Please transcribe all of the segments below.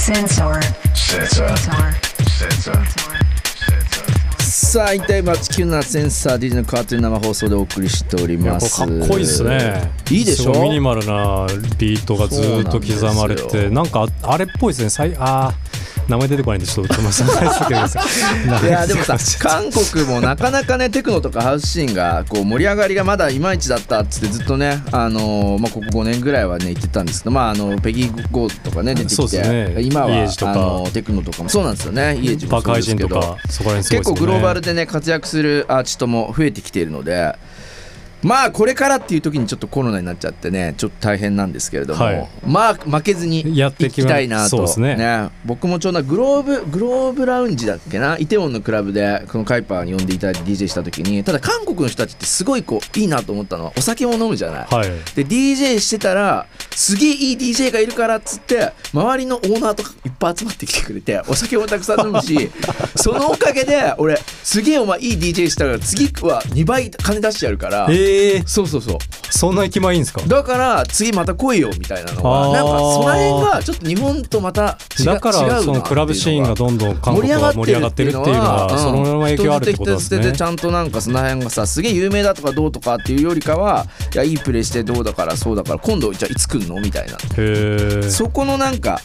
Sensor. Sensor. Sensor. Sensor. Sensor. Sensor. さあ一体マチキューなセンサー DJ のカートゥーン生放送でお送りしておりいやまこすれかっこいいですねいいでしょすごいミニマルなビートがずーっと刻まれそうなてなんかあれっぽいですねさいあー名前出てこないんでちょっとごめんなさいですけどさいやでもさ韓国もなかなかねテクノとかハウスシーンがこう盛り上がりがまだいまいちだったっつってずっとね、あのーまあ、ここ5年ぐらいはね言ってたんですけど、まあ、あのペギーゴーとかね出てそうきて、ですね今はイエージとかあのテクノとかもそうなんですよねイエージもそ爆うで破す人けどとかそこら辺すごい結ですよね構グローバルでね活躍するアーティストも増えてきているので。まあこれからっていう時にちょっとコロナになっちゃってねちょっと大変なんですけれども、はいまあ負けずにやって行きまきたいなとそうですね僕もちょうどグローブグローブラウンジだっけなイテウォンのクラブでこのカイパーに呼んでいただいて DJ した時にただ韓国の人たちってすごいこういいなと思ったのはお酒も飲むじゃない、はいで DJ してたらすげえいい DJ がいるからっつって周りのオーナーとかいっぱい集まってきてくれてお酒もたくさん飲む しそのおかげで俺すげえお前いい DJ したから次は2倍金出してやるからえー、そうそうそうそんな駅前いいんですかだから次また来いよみたいなのはあーなんかその辺がちょっと日本とまた違だか違うなっていうらのそのクラブシーンがどんどん韓国は盛り上がってるっていうのはそのまま影響あるってことです人捨ててねちゃんとなんかその辺がさすげえ有名だとかどうとかっていうよりかはいやいいプレーしてどうだからそうだから今度じゃあいつ来んのみたいなへーそこのなんか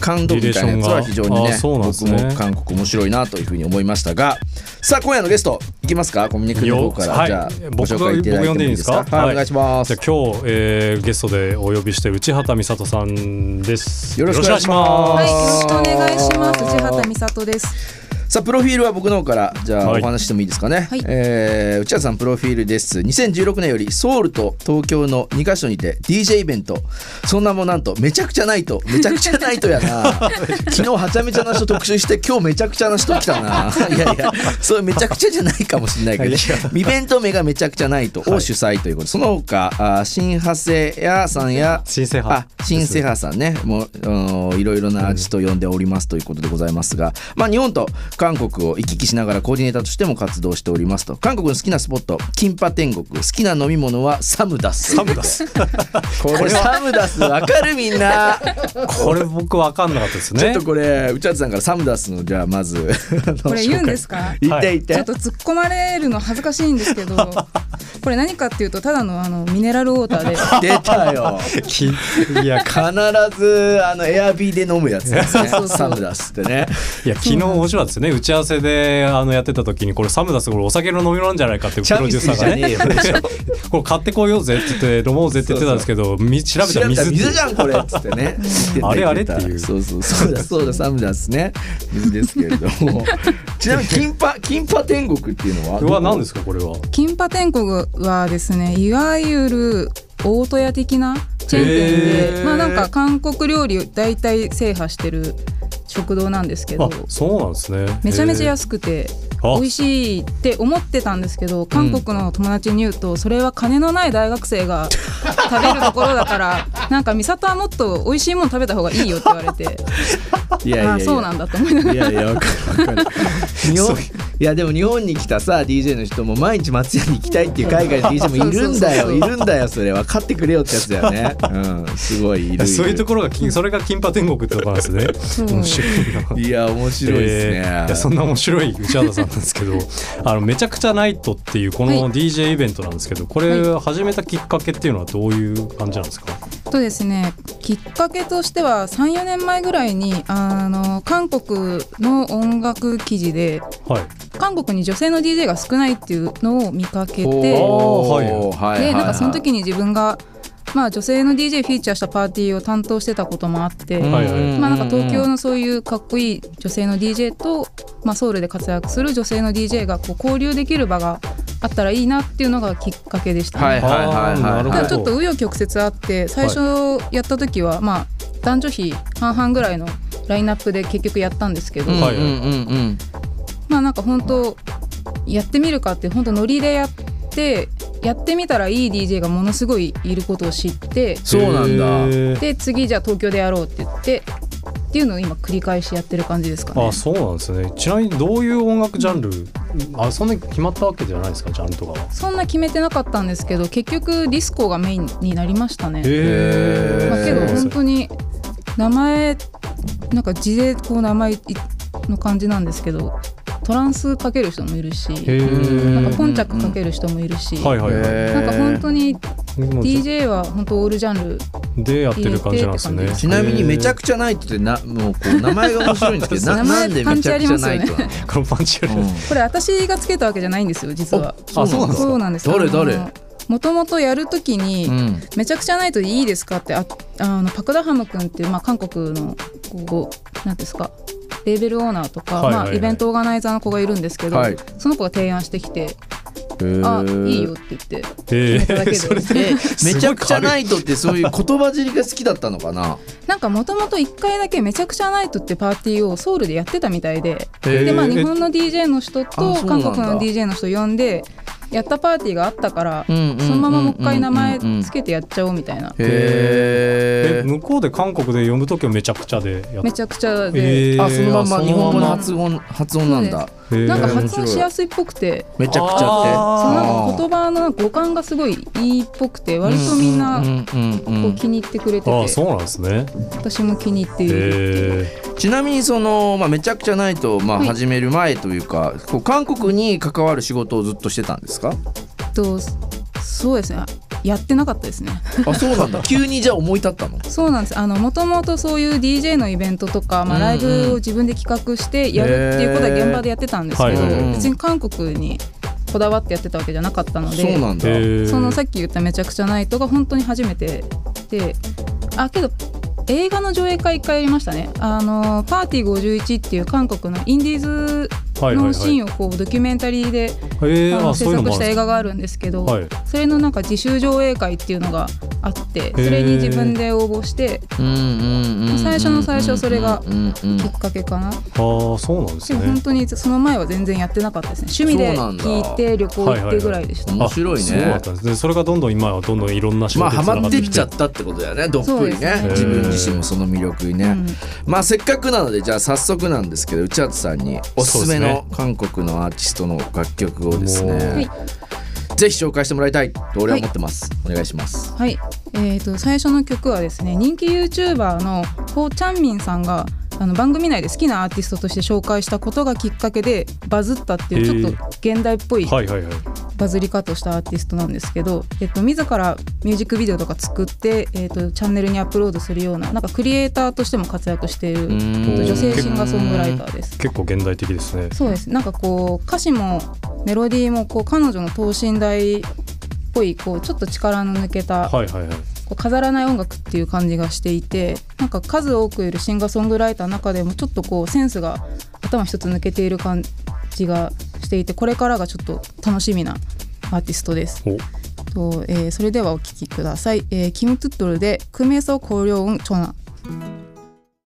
感動みたいなやつは非常にリレねーションがあーそうなんですね僕も韓国面白いなというふうに思いましたがさあ今夜のゲストいきますかコミュニクの方から、はいじゃあご僕紹介いただいてもいいですか僕呼んでいいですかはい、はいお願いしますじゃあ今日、えーゲストでお呼びして内畑美里さんですよろしくお願いしまよろしくお願はいい、しすよろしくお願いします。千畑美里です。さあプロフィールは僕の方からじゃあおはい話ししてもいいですかね、はいえー内田さんプロフィールです2016年よりソウルと東京の2カ所にて DJ イベントそんなもんなんとめちゃくちゃないとめちゃくちゃないとや な昨日はちゃめちゃな人特集して今日めちゃくちゃな人来たな いやいやそうめちゃくちゃじゃないかもしれないけどイベント名がめちゃくちゃないとを主催ということ、その他あー新派生やさんや新生派あ新生派さんねもうあのいろいろな味と呼んでおりますということでございますが、まあ、日本と韓国を行き来しながらコーディネーターとしても活動しておりますと韓国の好きなスポット金パ天国好きな飲み物はサムダスサムダス これサムダスわかるみんなこれ僕分かんなかったですねちょっとこれ内畑さんからサムダスのじゃあまずあのこれ言うんですか。言って言っちょってと突っ込まれるの恥ずかしいんですけど、これ何かっていうとただのあのミネラルウォーターで。出た よきいや必ずあのエアビーで飲むやつですねサムダスってねいや昨日面白かったですね打ち合わせであのやってた時にこれサムダスこれお酒の飲み物なんじゃないかってプチャロミデュースサルーじがゃねねえよでしょ これ買ってこようぜって言って飲もうぜって言ってたんですけどみ調べたら調べたら水水じゃんこれっつって ねあれあれっていうそうそうそうだそうだサムダスね水ですけれど もちなみに金パ金パ天国っていうのはうわ何ですすかこれは金パ天国はですね、いわゆる大戸屋的なチェーン店へで、ーまあなんか韓国料理を大体制覇してる食堂なんですけあど。そうなんですねめちゃめちくゃ安くてあ美味しいって思ってたんですけど韓国の友達に言うと、それは金のない大学生が食べるところだからなんか美里はもっと美味しいもの食べた方がいいよって言われていやいやいやああそうなんだと思いながらいやいやわかるわかる 日本いやでも日本に来たさ DJ の人も毎日松屋に行きたいっていう海外の DJ もいるんだよそうそうそういるんだよそれ分かってくれよってやつだよねうんすごいいるいるそういうところが金それが金パ天国ってとこなんですねう面白いないや面白いですね、えーいやそんな面白い内田さんなんですけどあのめちゃくちゃナイトっていうこのは DJ イベントなんですけどこれ始めたきっかけっていうのはどういう感じなんですか、とですねきっかけとしては34年前ぐらいにあの韓国の音楽記事ではい、韓国に女性の DJ が少ないっていうのを見かけて。おーはいでなんかその時にに自分が、まあ、女性の DJ フィーチャーしたパーティーを担当してたこともあって、んはいはいまあ、なんか東京のそういうかっこいい女性の DJ と、まあ、ソウルで活躍する女性の DJ がこう交流できる場があったらいいなっていうのがきっかけでしたね。はいはいはいはいあーなるほたどだちょっと紆余曲折あって最初やった時は、まあ、男女比半々ぐらいのラインナップで結局やったんですけど、うんはいうんうんうんまあなんか本当やってみるかって本当ノリでやってやってみたらいい DJ がものすごいいることを知ってそうなんだへーで次じゃあ東京でやろうって言ってっていうのを今繰り返しやってる感じですかねあ。そうなんですねちなみにどういう音楽ジャンルあそんなに決まったわけじゃないですかジャンルとかはそんな決めてなかったんですけど結局ディスコがメインになりましたね。へまあ、けど本当に名前なんか字でこう名前いの感じなんですけどトランスかける人もいるしへなんかえ。コンチャックかける人もいるし、はいはいはい。へーなんか本当にもう DJ は本当オールジャンルでやってる感じなんですね。ちなみにめちゃくくちゃナイトってなもうこう名前が面白いんですけどな名前なんでめちゃくちゃナイトなの、ちゃ このパンチある。これ私がつけたわけじゃないんですよ実はああそうなんですかそうなんです誰誰もともとやるときに、うんうんめちゃくちゃないといいですかってああのパク・ダハム君っていう、まあ、韓国のこうなんですかレーベルオーナーとはか、いはいはいまあ、イベントオーガナイザーの子がいるんですけど、はいその子が提案してきて「あいいよ」って言ってえ決めただけえ。でそれでえめちゃくちゃナい。イトってそういう言葉尻が好きだったのかななんかもともと1回だけ「めちゃくちゃないと」ってパーティーをソウルでやってたみたいでへーで、まあ、日本の DJ の人とあそうなん韓だ国の DJ の人呼んでやったパーティーがあったからうそんうんうんうんのままもう一回名前つけてやっちゃおうみたいなえへ向こうで韓国で読むときはめちゃくちゃでやっめちゃくちゃで。えあそのまんま日本語の発音発音なんそうだなんかは発音しやすいっぽくて、めちゃくちゃってそあのーなんか言葉の語感がすごいいいっぽくて、割とみんなこう気に入ってくれてて、ああそうなんですね。私も気に入っている。えちなみにその、まあ、めちゃくちゃないと、まあ、はい始める前というか、こう韓国に関わる仕事をずっとしてたんですかとそうですね。やってなかったですね。あそうなんだ 急にじゃあ思い立ったのそうなんです。あのもともとそういう DJ のイベントとか、まあライブを自分で企画してやるっていうことは現場でやってたんですけど、へーはいはい別に韓国にこだわってやってたわけじゃなかったので、そうなんだ、え。そのさっき言った「めちゃくちゃナイト」が本当に初めてであけど映画の上映会一回やりましたねあの「パーティー51」っていう韓国のインディーズのシーンをこうドキュメンタリーでえあー、のあ制そういうの作もあるんした映で画があるんですけどはいそれのなんか自主上映会っていうのがあってそれに自分で応募してうんうんうんうん最初の最初それがうんうんきっかけかなすか。ああそうなんですでも本ね。当にその前は全然やってなかったですね趣味でそうなんだ聞いて旅行行ってぐらいでした面白いそうだっねたんですね。それがどんどん今はどんどんいろんな仕まあ事にハ繋マがっっててききちてゃっ。たってことだよねどっそぷうりですねね自分自身もその魅力にね、うんまあせっかくなのでじゃあ早速なんですけど内畑さんにおすすめそうの韓国のアーティストの楽曲をですねもうはいぜひ紹介してもらいたいと俺は思ってます、お願いしますはい、えー、と最初の曲はですね人気 YouTuber のホーチャンミンさんがあの番組内で好きなアーティストとして紹介したことがきっかけでバズったっていうちょっと現代っぽいはいはいはい。バズり方をしたアーティストなんですけど、えっと、自らミュージックビデオとか作って、えー、とチャンネルにアップロードするようななんかクリエイターとしても活躍しているん女性シンガーソングライターです。結構現代的ですね。そうですなんかこう歌詞もメロディーもこう彼女の等身大っぽいこうちょっと力の抜けたはいはいはい。こう飾らない音楽っていう感じがしていてなんか数多くいるシンガーソングライターの中でもちょっとこうセンスが頭一つ抜けている感じがしていてこれからがちょっと楽しみなアーティストです。おとえーそれではお聴きください。えーキム・トゥットルで「クメソ・コリョン・チョナ」。